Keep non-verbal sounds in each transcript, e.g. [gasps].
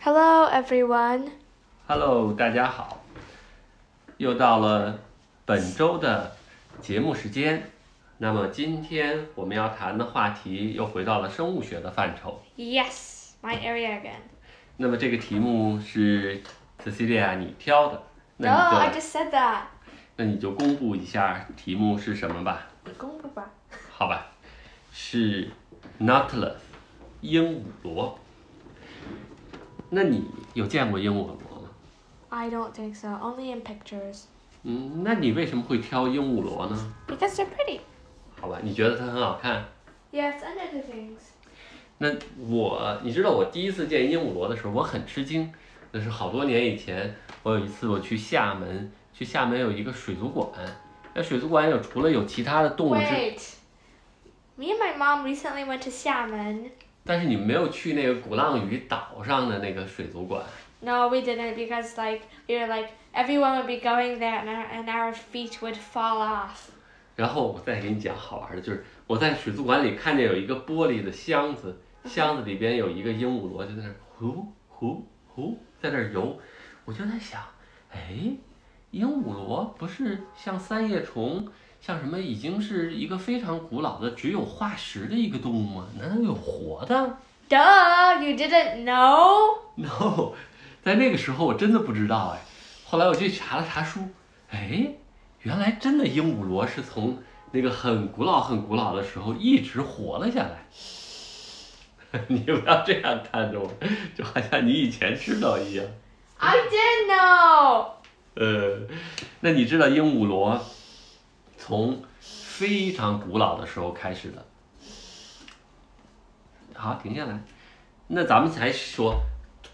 Hello, everyone. Hello，大家好，又到了本周的节目时间。那么今天我们要谈的话题又回到了生物学的范畴。 Yes, my area again. 那么这个题目是 Cecilia 你挑的， No, 那 Oh, I 你就 just said that. 那你就公布一下题目是什么吧？你公布吧。好吧，是 Nautilus，鹦鹉螺。那你有见过鹦鹉螺吗？ I don't think so. Only in pictures. 嗯，那你为什么会挑鹦鹉螺呢？ Because they're pretty. 好吧，你觉得它很好看？ Yeah, it's under the things. 那我，你知道我第一次见鹦鹉螺的时候，我很吃惊。那是好多年以前，我有一次我去厦门，去厦门有一个水族馆，那水族馆有除了有其他的动物之， Wait. Me and my mom recently went to Xiamen. 但是你没有去那个鼓浪屿岛上的那个水族馆。 No, we didn't because like we were like everyone would be going there and our, and our feet would fall off. 然后我再给你讲好玩的，就是我在水族馆里看见有一个玻璃的箱子，箱子里边有一个鹦鹉螺就在那儿呼呼呼在那儿游，我就在想，哎，鹦鹉螺不是像三叶虫，像什么已经是一个非常古老的只有化石的一个动物吗？难道有活的 Duh, you didn't know? ？No，在那个时候我真的不知道哎，后来我去查了查书，哎，原来真的鹦鹉螺是从那个很古老、很古老的时候一直活了下来。 [laughs] 你不要这样看着我，就好像你以前知道一样。 I did know. [laughs] 呃，那你知道鹦鹉螺从非常古老的时候开始的？好，停下来。那咱们才说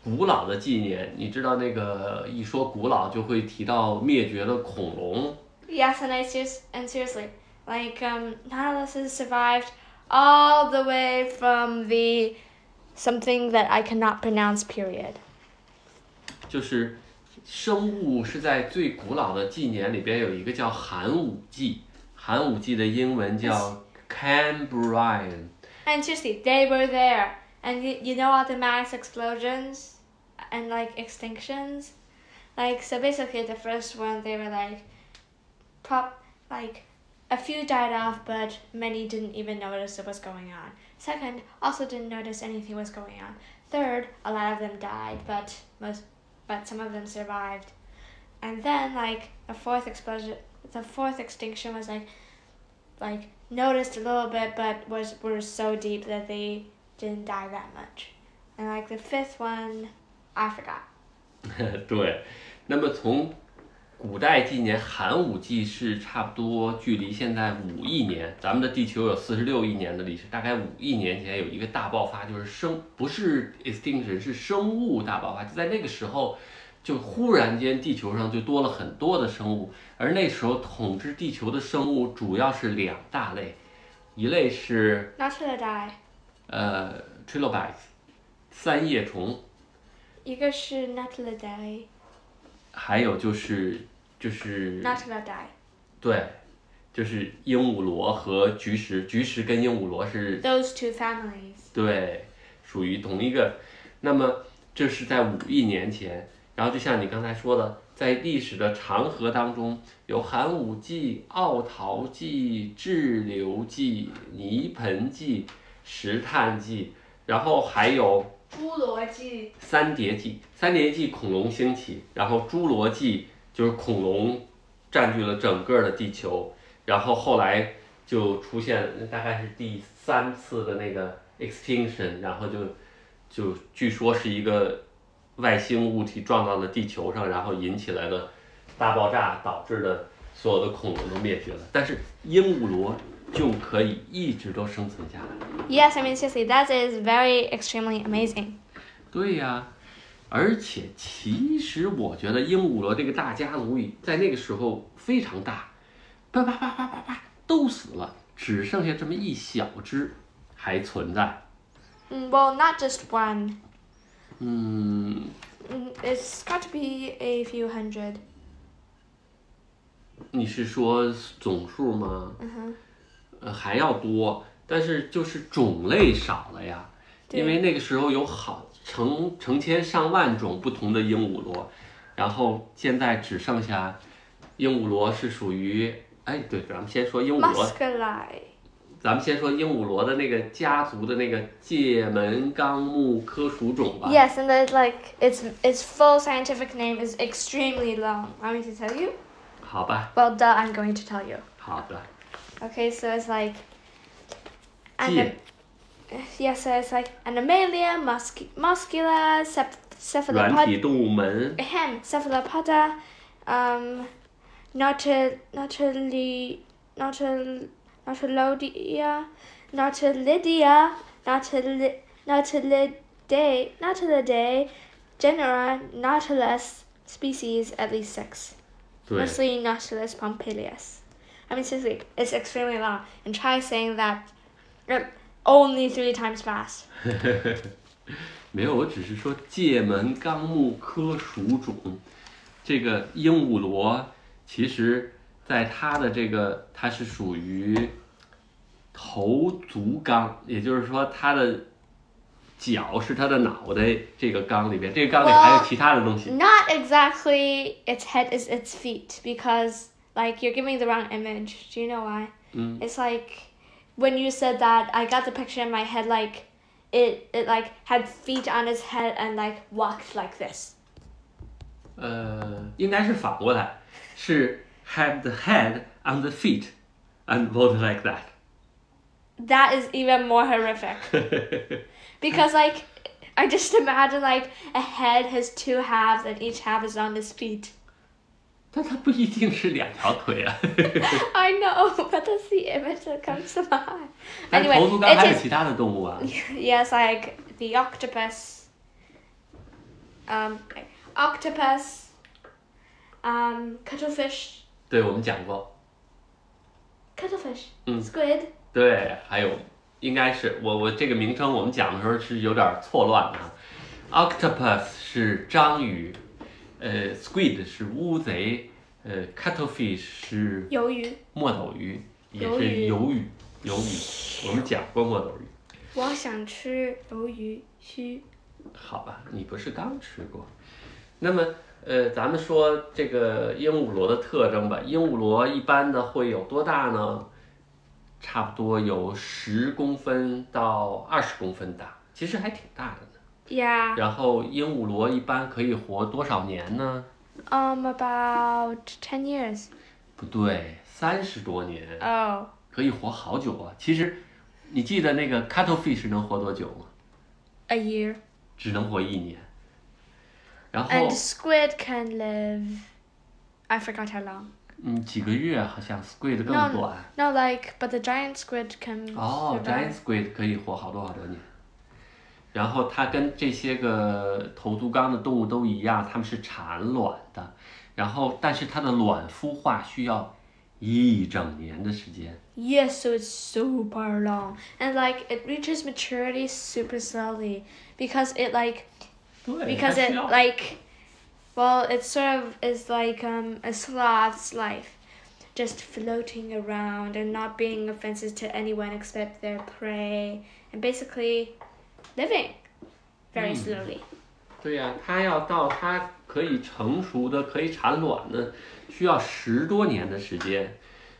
古老的纪年，你知道那个一说古老就会提到灭绝的恐龙， Yes, and I serious and seriously, like um, Nautilus has survived all the way from the something that I cannot pronounce period. 就是生物是在最古老的纪年里边有一个叫寒武纪，寒武纪的英文叫 Cambrian。 And seriously, they were there, and you, you know all the mass explosions and like extinctions, like so basically the first one they were like, prop like. A few died off, but many didn't even notice what was going on. Second, also didn't notice anything was going on. Third, a lot of them died, but most, but some of them survived. And then, like the fourth explosion, the fourth extinction was like, like noticed a little bit, but was were so deep that they didn't die that much. And like the fifth one, I forgot. [laughs] 对，那么从古代纪年寒武纪是差不多距离现在五亿年，咱们的地球有四十六亿年的历史，大概五亿年前有一个大爆发，就是生不是 extinction 是生物大爆发，就在那个时候。就忽然间，地球上就多了很多的生物，而那时候统治地球的生物主要是两大类，一类是 Not till I die. 呃 trilobites，三叶虫， You should not till I die. 还有就是就是。 Not till I die. 对，就是鹦鹉螺和菊石，菊石跟鹦鹉螺是 Those two families. 对属于同一个。那么这是在五亿年前，然后就像你刚才说的，在历史的长河当中，有寒武纪、奥陶纪、志留纪、泥盆纪、石炭纪，然后还有侏罗纪。三叠纪，三叠纪恐龙兴起，然后侏罗纪就是恐龙占据了整个的地球，然后后来就出现大概是第三次的那个 extinction，然后就就据说是一个外星物体撞到了地球上，然后引起来的大爆炸导致的所有的恐龙都灭绝了，但是鹦鹉螺就可以一直都生存下来。 Yes, I mean seriously, that is very extremely amazing. 对呀、而且其实我觉得鹦鹉螺这个大家族已在那个时候非常大，叭叭叭叭叭叭都死了，只剩下这么一小只还存在。 Mm, well, not just one. 嗯， Mm, It's got to be a few hundred. 你是说总数吗？嗯哼。呃，还要多，但是就是种类少了呀。对因为那个时候有好成成千上万种不同的鹦鹉螺，然后现在只剩下鹦鹉螺是属于，哎，对，咱们先说鹦鹉螺 Musculi，咱们先说鹦鹉螺的那个家族的那个界门纲目科属种吧。 Yes, and that like its its full scientific name is extremely long. Want me to tell you? 好吧， Well, duh, I'm going to tell you. 好的。 Okay, so it's like. An, 界 yeah, so it's like Animalia, muscu- muscula, cep- 软 cephalopoda, 体动物门 ahem, cephalopoda, um, nautil, nautili, nautil, nautilodia, nautilidia, nautili, nautilidae, nautilidae, genera, nautilus, species, at least six. 对 Mostly Nautilus pompilius. I mean, seriously, it's extremely long. And try saying that uh, only three times fast. 没有，我只是说界门纲目科属种。这个鹦鹉螺，其实在它的这个，它是属于头足纲，也就是说它的脚是它的脑袋这个纲里边，这个纲里还有其他的东西。 Not exactly its head is its feet because, like, you're giving the wrong image. Do you know why? Mm. It's like when you said that, I got the picture in my head, like, it, it like had feet on its head and like walked like this. 呃，应该是反过来，是 had the head on the feet and walked like that。 [laughs] That is even more horrific. Because like I just imagine like a head has two halves and each half is on his feet. 但它不一定是两条腿啊。 [laughs] I know, [laughs] but that's the image that comes to mind. 但是 Anyway, 头足纲还 it 有 is 其他的动物啊。 [laughs] yes, like the octopus. Um, octopus. Um, cuttlefish, 对，我们讲过。 cuttlefish, Mm. squid. 对，还有应该是我我这个名称我们讲的时候是有点错乱啊。Octopus 是章鱼，呃，squid 是乌贼，呃，cuttlefish 是鱿鱼。墨斗鱼，也鱿是鱼鱿鱼，鱿鱼，我们讲过墨斗鱼。我想吃鱿鱼须。好吧，你不是刚吃过？那么，呃，咱们说这个鹦鹉螺的特征吧。鹦鹉螺一般的会有多大呢？差不多有十公分到二十公分大，其实还挺大的呢。 Yeah. 然后，鹦鹉螺一般可以活多少年呢？ Um, about ten years. 不对，三十多年， Oh. 可以活好久啊。其实，你记得那个 cuttlefish 能活多久吗？ A year. 只能活一年。然后 And，squid can live. I forgot how long. 嗯，几个月好像 squid 更 No, 短。 no, no, like, but the giant squid can. 哦 survive. Oh, ，giant squid 可以活好多好多年。然后它跟这些个头足纲的动物都一样，它们是产卵的，然后但是它的卵孵化需要一整年的时间。 Yes, so it's super long. And, like, it reaches maturity super slowly. Because it, like, 对 because 它 it, 需要 like, well, it sort of is like um, a sloth's life. Just floating around and not being offensive to anyone except their prey. And basically living very Mm. slowly. 对呀、它要到它可以成熟的、可以产卵呢，需要十多年的时间，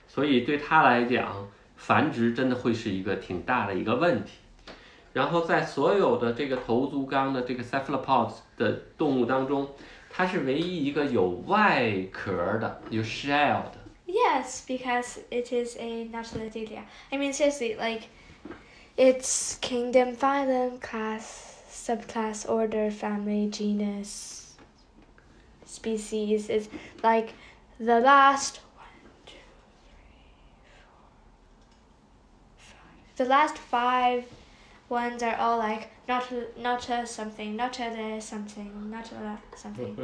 所以对它来讲，繁殖真的会是一个挺大的一个问题。然后在所有的这个头足纲的这个 cephalopods 的动物当中，它是唯一一个有外壳的，有 shell 的。 Yes, because it is a Nautilodelia. I mean, seriously, like, it's kingdom, phylum, class, subclass, order, family, genus, species. It's like the last one, two, three, four, five. The last five ones are all like Nautil, Nauta something, Nauta something, Nauta something.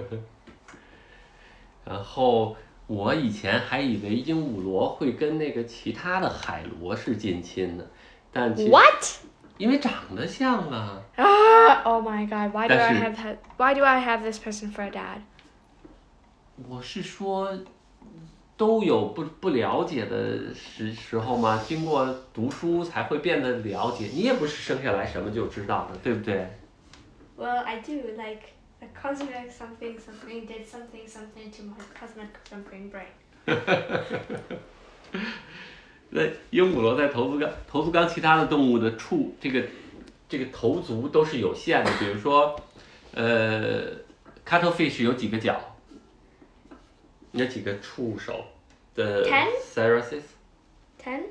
然后我以前还以为鹦鹉螺会跟那个其他的海螺是近亲的，但其实 what? 因为长得像啊。 Ah, oh my god, why do I That's it. have had, why do I have this person for a dad? 我是说，都有不不了解的时时候吗？经过读书才会变得了解。你也不是生下来什么就知道的，对不对？ Well, I do like the cosmic something something did something something to my cosmic something brain. 那鹦鹉螺在头足纲头足纲其他的动物的触这个这个头足都是有限的，比如说，呃，cuttlefish 有几个脚？有几个触手的 Ten？ ？Cerasis？ Ten?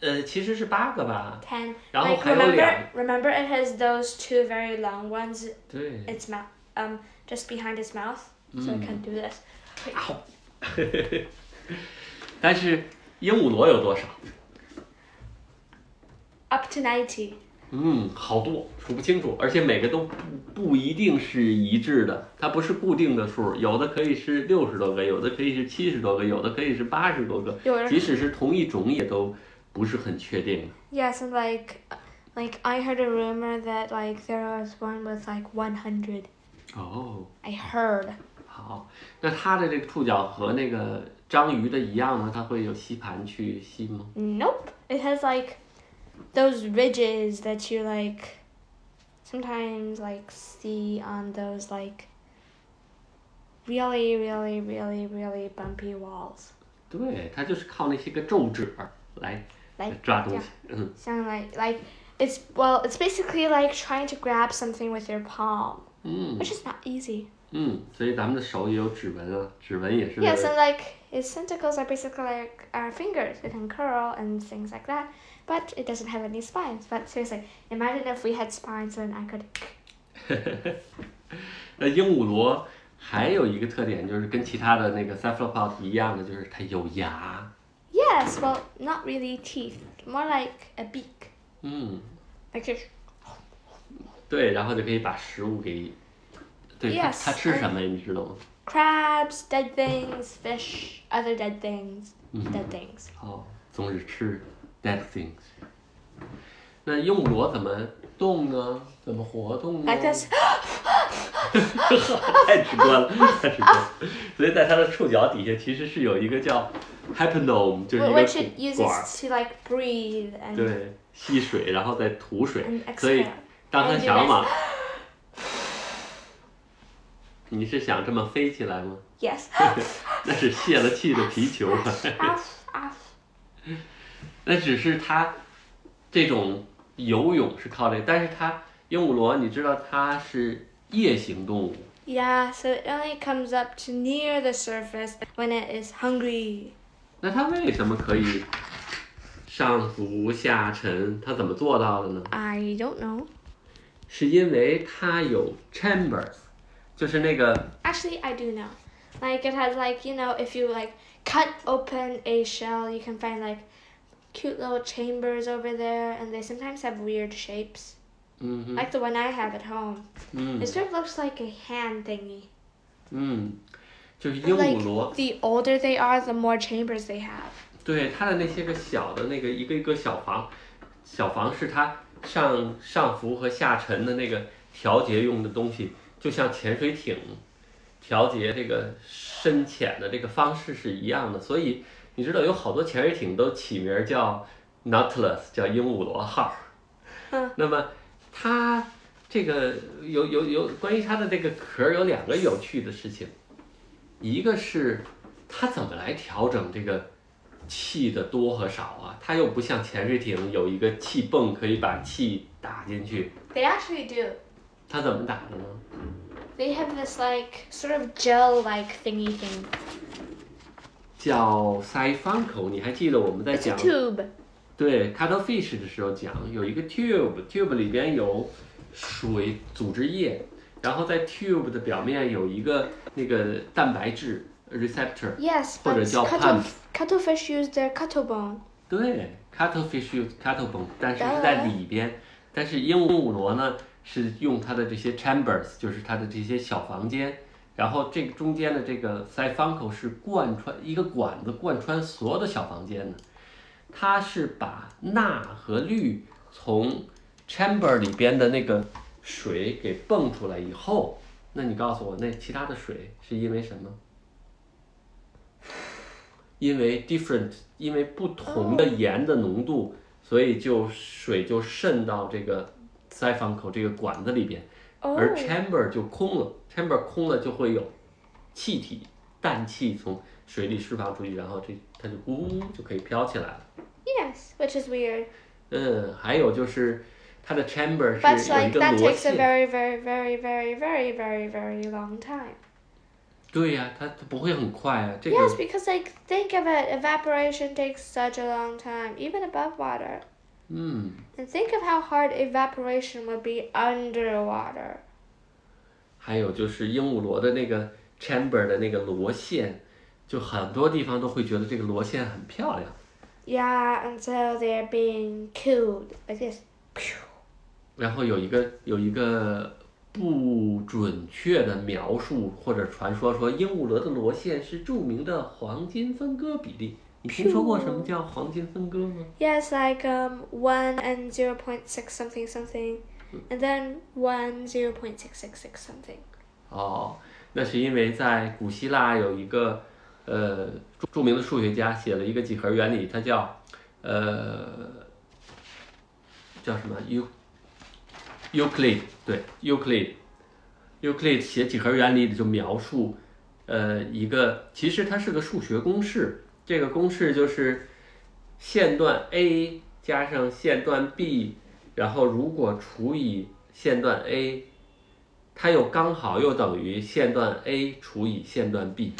呃，其实是八个吧。 Ten. 然后 Like 还有 remember, 两 remember it has those two very long ones. 对， Its mouth, um, just behind its mouth, so it can do this. [laughs] 但是鹦鹉螺有多少？ Up to ninety. 嗯，好多数不清楚，而且每个都不不一定是一致的，它不是固定的数，有的可以是六十多个，有的可以是七十多个，有的可以是八十多个，有人即使是同一种也都不是很确定。 Yes, and like, like I heard a rumor that like there was one with like one hundred. 哦， I heard. 好，那它的这个触角和那个章鱼的一样吗？它会有吸盘去吸吗？ Nope. It has like those ridges that you like sometimes like see on those like really really really really bumpy walls. 对，它就是靠那些个皱褶儿来来抓东西。嗯， Sound like like it's well it's basically like trying to grab something with your palm, 嗯 which is not easy. 嗯，所以咱们的手也有指纹啊，指纹也是 Yes, and like its tentacles are basically like our fingers. It can curl and things like that, but it doesn't have any spines. But seriously, imagine if we had spines, then I could [laughs] 那鹦鹉螺还有一个特点就是跟其他的那个 cephalopod 一样的，就是它有牙。 Yes, well, not really teeth, more like a beak. 嗯， Like this. 对，然后就可以把食物给，对它 Yes，它吃什么呀？你知道吗？ crabs, dead things, fish, other dead things, dead things. 哦，总是吃 dead things。那鹦鹉螺怎么动呢？怎么活动呢 Like this. [gasps] [laughs] 太直观了，太直观了。所以在它的触角底下其实是有一个叫 hypnome，就是一 which it 个 uses 管儿， to like breathe and 对，吸水然后再吐水 and，所以嗯 exhale. 当它想往， [laughs] 你是想这么飞起来吗？ Yes. 那是泄了气的皮球啊， [laughs] Off, off. [laughs] 那只是它这种游泳是靠这，但是它鹦鹉螺，你知道它是夜行动物， Yeah, so it only comes up to near the surface when it is hungry. 那它为什么可以上浮下沉？它怎么做到的呢？ I don't know. 是因为它有 chambers，就是那个 Actually, I do know. Like it has like you know, if you like cut open a shell, you can find like cute little chambers over there, and they sometimes have weird shapes. 嗯哼 Like the one I have at home. 嗯 It sort of looks like a hand thingy. 嗯，就是鹦 But, 鹉螺 like the older they are, the more chambers they have. 对它的那些个小的那个一个一个小房，小房是它上上浮和下沉的那个调节用的东西，就像潜水艇调节这个深浅的这个方式是一样的。所以你知道有好多潜水艇都起名儿叫 Nautilus，叫鹦鹉螺号。那么它这个有有有关于它的这个壳儿有两个有趣的事情，一个是它怎么来调整这个。气的多和少啊，它又不像潜水艇有一个气泵可以把气打进去， They actually do. 它怎么打的呢？ They have this like sort of gel-like thingy thing. 叫塞方口，你还记得我们在 It's a 讲 tube. 对 cuttlefish 的时候讲有一个 tube，tube 里边有水组织液，然后在 tube 的表面有一个那个蛋白质 receptor， Yes, but Or the gel cuttle- pump. cuttlefish use their cuttle bone. 对，cuttlefish use cuttle bone，但是是在里边。但是鹦鹉螺呢，是用它的这些 chambers，就是它的这些小房间，然后这个中间的这个塞方口是贯穿一个管子贯穿所有的小房间的。它是把钠和氯从 chamber 里边的那个水给泵出来以后，那你告诉我，那其他的水是因为什么？因为 different，因为不同嗯的盐的浓度，所以就水就渗到这个塞房口这个管子里边， Oh. 而 chamber 就空了，chamber 空了就会有气体氮气从水里释放出去，然后这它就呜就可以飘起来了。 Yes, which is weird. 嗯，还有就是它的 chamber But 是有一 like 个 that 逻 takes a 辑。 very, very, very, very, very, very, very long time. 对呀、它它不会很快啊，这个 Yes, because like think of it, evaporation takes such a long time, even above water. 嗯。 And think of how hard evaporation would be underwater. 还有就是鹦鹉螺的那个 chamber 的那个螺线，就很多地方都会觉得这个螺线很漂亮。 Yeah, until they're being killed like this. Pew. 然后有一个有一个不准确的描述或者传说说，鹦鹉螺的螺线是著名的黄金分割比例。你听说过什么叫黄金分割吗？ Yes, like um one and zero point six something something, and then one zero point six six six something. 哦，那是因为在古希腊有一个呃著著名的数学家写了一个几何原理，它叫呃叫什么 U Euclid 对 Euclid Euclid 写几何原理里就描述呃一个其实它是个数学公式，这个公式就是线段 A 加上线段 B，然后如果除以线段 A。它又刚好又等于线段 A 除以线段 B，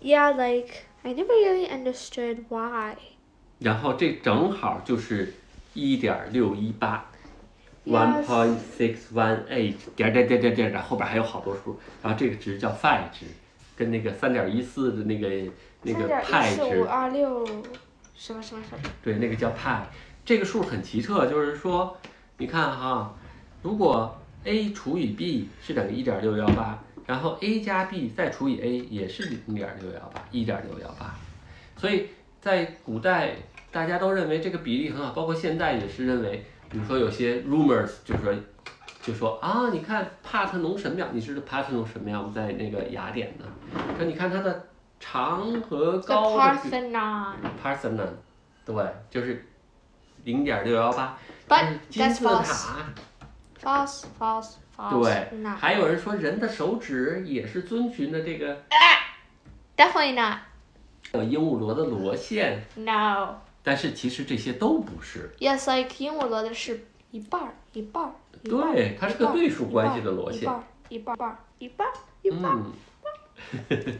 Yeah, like I never really understood why. 然后这正好就是一点六一八 Yes. ，one point six one eight 点儿点儿点儿点儿点儿，然后后边还有好多数，然后这个值叫 phi 值，跟那个三点一四的那个那个派值，三点一四五二六，什么什么什么。对，那个叫派。这个数很奇特，就是说，你看哈，如果 a 除以 b 是等于一点六幺八，然后 a 加 b 再除以 a 也是零点六幺八，一点六幺八。所以在古代，大家都认为这个比例很好，包括现代也是认为，比如说有些 rumors 就说。就说啊，你看帕特农神庙，你知道帕特农神庙吗在那个雅典呢？说你看它的长和 The 高的距 Parthenon. Parson 呢？对，就是零点六幺八。 But 金 that's 字 false. 塔， False, false, false. 对， Not. 还有人说人的手指也是遵循的这个 Definitely not. 呃鹦鹉螺的螺线， No. 但是其实这些都不是， Yes, like 鹦鹉螺的是一半儿，一半儿，对，它是个对数关系的螺线。一半儿，一半儿，一半儿，一半儿，一半儿，一半儿。嗯，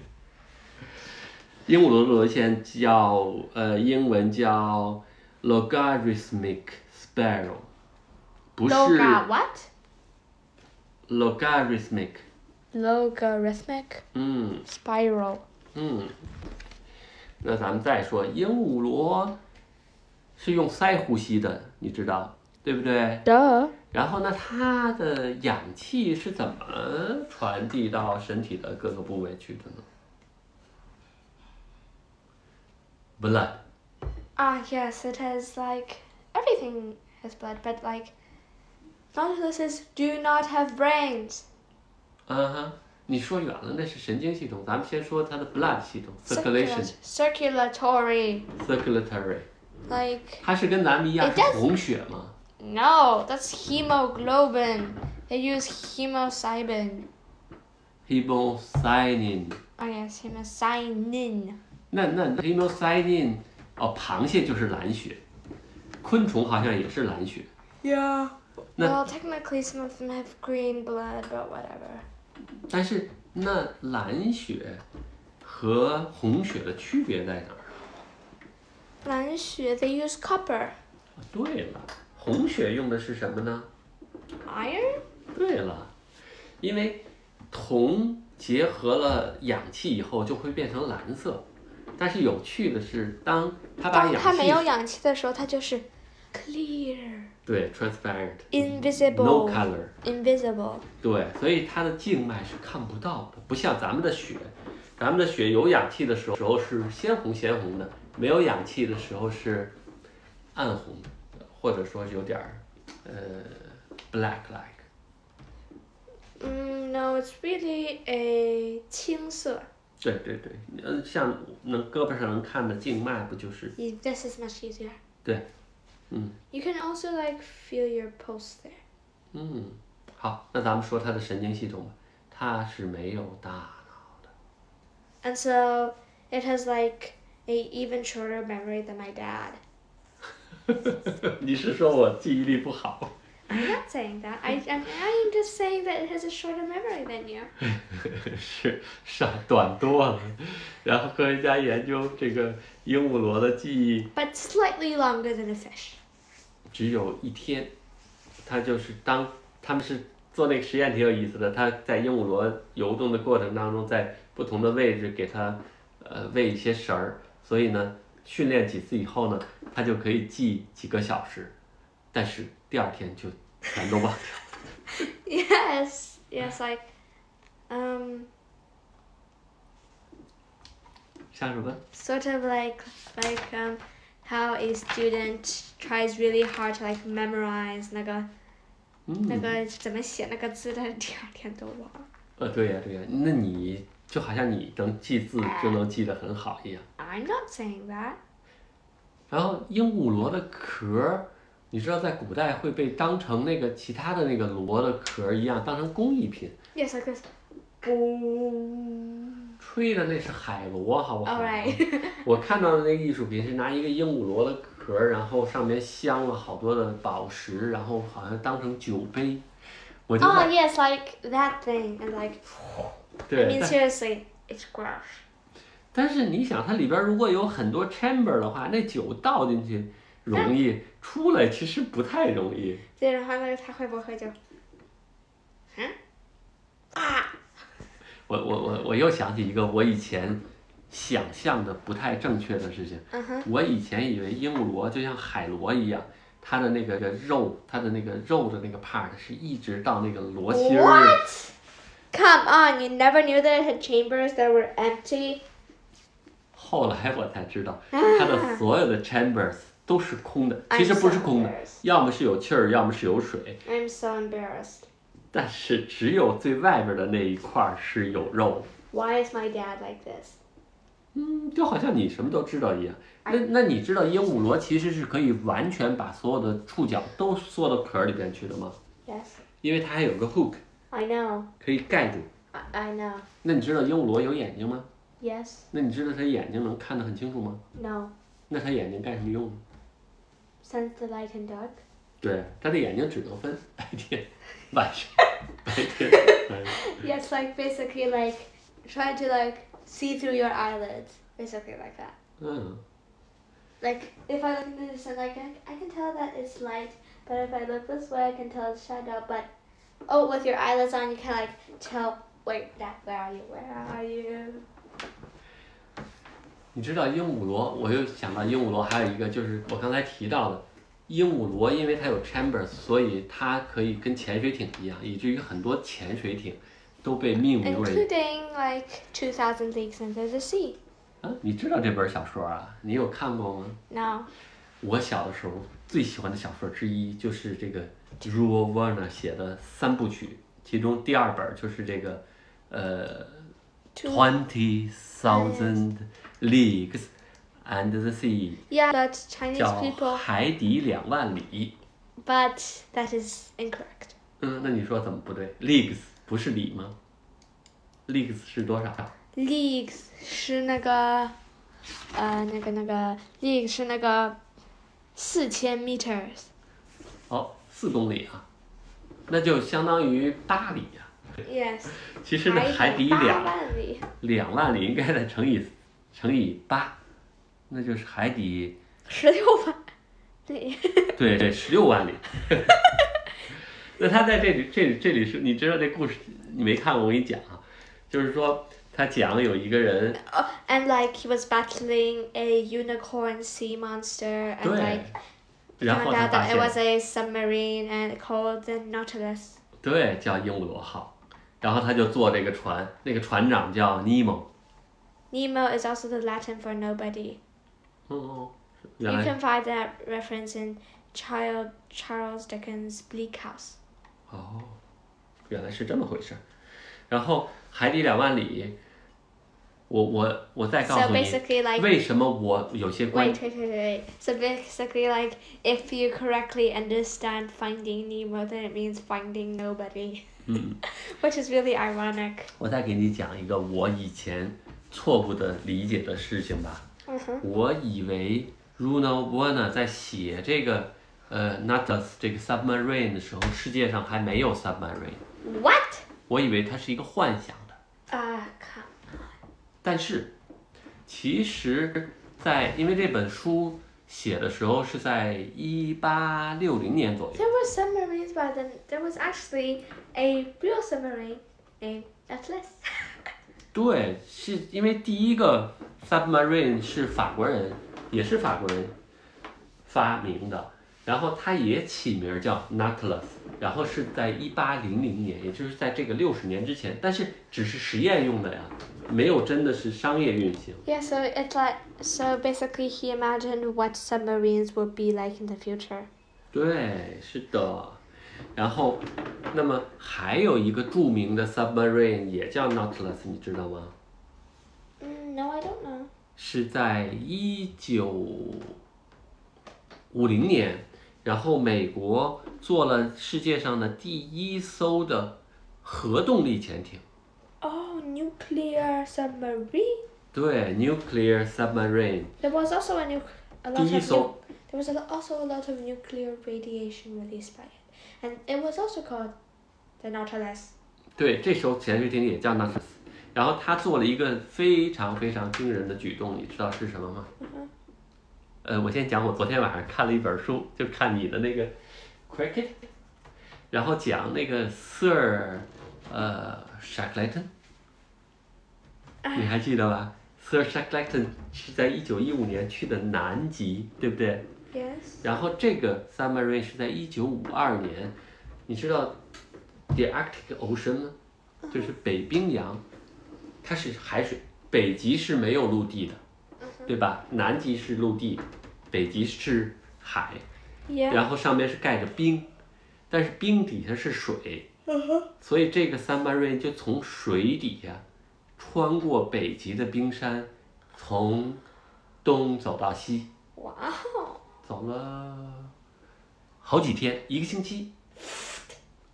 [laughs] 鹦鹉螺的螺线叫呃英文叫 logarithmic spiral，不是 Loga what? logarithmic， Logarithmic 嗯。 spiral. 嗯，那咱们再说，鹦鹉螺是用鳃呼吸的，你知道对不对？ Duh. 然后呢，它的氧气是怎么传递到身体的各个部位去的呢？Blood， Ah, yes, it has like everything has blood, but like Nautilus do not have brains. 嗯哼，你说远了，那是神经系统。咱们先说它的 blood 系统 Circulat- circulatory. ，circulation，circulatory， Like 它是跟咱们一样 It 是 does- 红血吗？ no, that's hemoglobin. They use hemocybin. hemocyanin。 Oh yes, hemocyanin. 那那 hemocyanin，哦，螃蟹就是蓝血，昆虫好像也是蓝血。 Yeah. No. Well, technically some of them have green blood, but whatever. 但是那蓝血和红血的区别在哪儿？蓝血, they use copper. 哦对了，红血用的是什么呢？ Iron? 对了，因为铜结合了氧气以后就会变成蓝色。但是有趣的是，当它把氧气当它没有氧气的时候，它就是 clear, 对 transparent no invisible, color。 invisible. 对，所以它的静脉是看不到的，不像咱们的血，咱们的血有氧气的时候时候是鲜红鲜红的，没有氧气的时候是暗红的，或者说是有点儿呃 black like。 Mm, no, it's really a 青色对对对，嗯，像能胳膊上能看的静脉，不就是？ You, this is much easier. Yeah. Mm. You can also like feel your pulse there. 嗯，好，那咱们说他的神经系统吧，他是没有大 [laughs] 脑的。 And so it has like a even shorter memory than my dad. 你是说我记忆力不好？ I'm not saying that. I, I'm, I'm just saying that it has a shorter memory than you. [laughs] 是少短多了。然后科学家研究这个鹦鹉螺的记忆 But slightly longer than a fish. [laughs] 只有一天，它就是当他们是做那个实验挺有意思的，它在鹦鹉螺游动的过程当中，在不同的位置给它呃喂一些食儿，所以呢训练几次以后呢，它就可以记几个小时，但是第二天就全都忘掉。 Yes. Yes, like um 像什么？ sort of like like um how a student tries really hard to like memorize 那个那嗯，个怎么写那个字，但是 [laughs] 第二天都忘了。呃，对呀、对呀、那你就好像你能记字就能记得很好一样。 I'm not saying that. 然后鹦鹉螺的壳儿，你知道在古代会被当成那个其他的那个螺的壳儿一样，当成工艺品。 Yes, like this. Boom. 吹的那是海螺，好不好 All right. 我看到的那个艺术品是拿一个鹦鹉螺的壳儿，然后上面镶了好多的宝石，然后好像当成酒杯。我就 oh 在 yes, like that thing, and like I 对， mean 但 seriously, it's gross. [laughs] 但是你想，它里边如果有很多 chamber 的话，那酒倒进去容易，出来其实不太容易。对，然后那个他会不会就，嗯，啊，我我我我又想起一个我以前想象的不太正确的事情。嗯哼，我以前以为鹦鹉螺就像海螺一样，它的那个肉，它的那个肉的那个 part 是一直到那个螺心儿。 What? Come on, you never knew that it had chambers that were empty. 后来我才知道，嗯它的所有的 chambers 都是空的，其实不是空的 I'm，要么是有气儿，要么是有水， I'm so embarrassed. 但是只有最外边的那一块儿是有肉。 Why is my dad like this? 嗯，就好像你什么都知道一样。那那你知道鹦鹉螺其实是可以完全把所有的触角都缩到壳儿里边去的吗？ Yes, 因为它还有个 hook I know. 可以盖住。 I, I know. 那你知道鹦鹉螺有眼睛吗？ Yes, 那你知道它眼睛能看得很清楚吗？ no. 那它眼睛干什么用呢？ Sense the light and [laughs] dark. 对，它的眼睛只能分 [laughs] 白天、晚上、白天、晚上。 Yes, like basically like try to like see through your eyelids, basically like that. 嗯， Like if I look into this and like I, I can tell that it's light, but if I look this way, I can tell it's shadow. But oh, with your eyelids on, you can like tell. Wait, that where are you? Where are you? 你知道鹦鹉螺，我又想到鹦鹉螺还有一个就是我刚才提到的，鹦鹉螺因为它有 chambers，所以它可以跟潜水艇一样，以至于很多潜水艇都被命名哎为 Including like two thousand leagues under the sea. 啊，你知道这本小说啊？你有看过吗？ No, 我小的时候最喜欢的小说之一就是这个 r u o Werner 啊写的三部曲，其中第二本就是这个，呃 two. ，Twenty Thousand Leagues and the Sea， Yeah, that's Chinese 叫 people, 海底两万里。 but that is incorrect. 嗯，那你说怎么不对？Leagues 不是里吗？Leagues 是多少？ Leagues uh, 是那个，呃，那个那个 league 是那个四千 meters。哦，四公里啊，那就相当于八里呀、 Yes，其实呢，海底八两万里。两万里应该再乘以乘以八，那就是海底十六万里。对对十六万里。 [laughs] 那他在这里这里这里是，你知道这故事你没看过，我给你讲啊，就是说他讲有一个人 Oh, and like he was battling a unicorn sea monster, and 对 like，然后 found 哎他哎 out that it 发现 was a submarine and called the Nautilus. 对叫鹦鹉螺号，然后他就坐这个船，那个船长叫尼莫， Nemo is also the Latin for nobody. 哦， You 原来 can find that reference in Child Charles Dickens' Bleak House. 哦，原来是这么回事儿。然后海底两万里，我我我再告 So 诉你， basically, like 为什么我有些观 Wait, wait, wait, wait. So basically, like, if you correctly understand Finding Nemo, then it means finding nobody. Hmm. [laughs] Which is really ironic. 我再给你讲一个我以前错误的理解的事情吧。嗯哼我以为 Bruno Buona 在写这个呃 Natas 这个 submarine 的时候，世界上还没有 submarine， What? 我以为它是一个幻想的。 Ah, come. 但是，其实在，因为这本书写的时候是在一八六零年左右， There were submarines by then. There was actually a real submarine named Atlas. [laughs] 对，是因为第一个 submarine 是法国人，也是法国人发明的，然后他也起名儿叫 Nautilus，然后是在一八零零年，也就是在这个六十年之前，但是只是实验用的呀，没有真的是商业运行。 yeah, so it's like so basically he imagined what submarines would be like in the future. 对，是的。然后，那么还有一个著名的 submarine 也叫 Nautilus，你知道吗？ Mm, no, I don't know. 是在一九五零年，然后美国做了世界上的第一艘的核动力潜艇， Oh, nuclear submarine. 对，nuclear submarine。 There was also a, nuc- a lot of Diesel. nu- there was a, lo- also a lot of nuclear radiation released by it, and it was also called the Nautilus. 对，这时候潜水艇也叫 Nautilus，然后他做了一个非常非常惊人的举动，你知道是什么吗？呃，我先讲，我昨天晚上看了一本书，就看你的那个 Cricket，然后讲那个 Sir，呃 s h a c k l e t o n 你还记得吧？Sir s h a c k l e t o n 是在一九一五年去的南极，对不对？ Yes. 然后这个 submarine 是在一九五二年，你知道 the Arctic Ocean 吗？就是北冰洋，它是海水，北极是没有陆地的，对吧？南极是陆地，北极是海， Yeah. 然后上面是盖着冰，但是冰底下是水，所以这个 submarine 就从水底下穿过北极的冰山，从东走到西。 Wow. [laughs] 走了好几天，一个星期，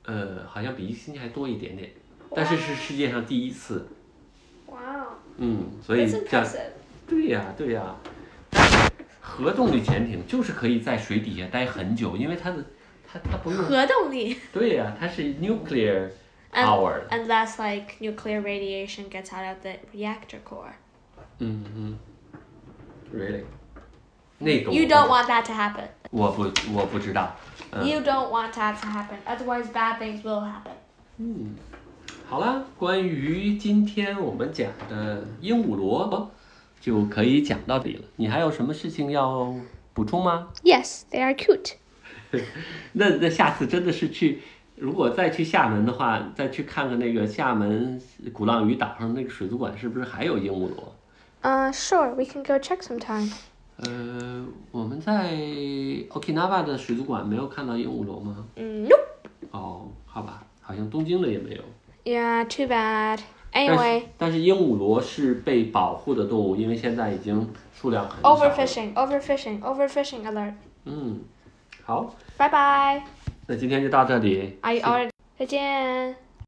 呃，好像比一个星期还多一点点，但是是世界上第一次， Wow. 嗯，所以 That's 这样， impressive. [laughs] 对呀、对呀、核动力潜艇就是可以在水底下待很久，因为它的它它不用，核动力.对呀、它是 nuclear And- power， Unless like nuclear radiation gets out of the reactor core. 嗯嗯，really，那个 You 我 don't want that to happen. 我不我不知道，嗯。 You don't want that to happen. Otherwise, bad things will happen. 好啦，关于今天我们讲的鹦鹉螺，就可以讲到这里了。你还有什么事情要补充吗？ Yes, they are cute. 那那下次真的是去，如果再去厦门的话，再去看看那个厦门鼓浪屿岛上那个水族馆，是不是还有鹦鹉螺？ Uh, sure. We can go check sometime. 呃，我们在 Okinawa 的水族馆没有看到鹦鹉螺吗？ Mm, nope. 哦，好吧，好像东京的也没有。 Yeah, too bad. 但 Anyway, 是但是鹦鹉螺是被保护的动物，因为现在已经数量很少了。 overfishing, overfishing, overfishing alert. 嗯，好， Bye bye. 那今天就到这里。 I already. 再见。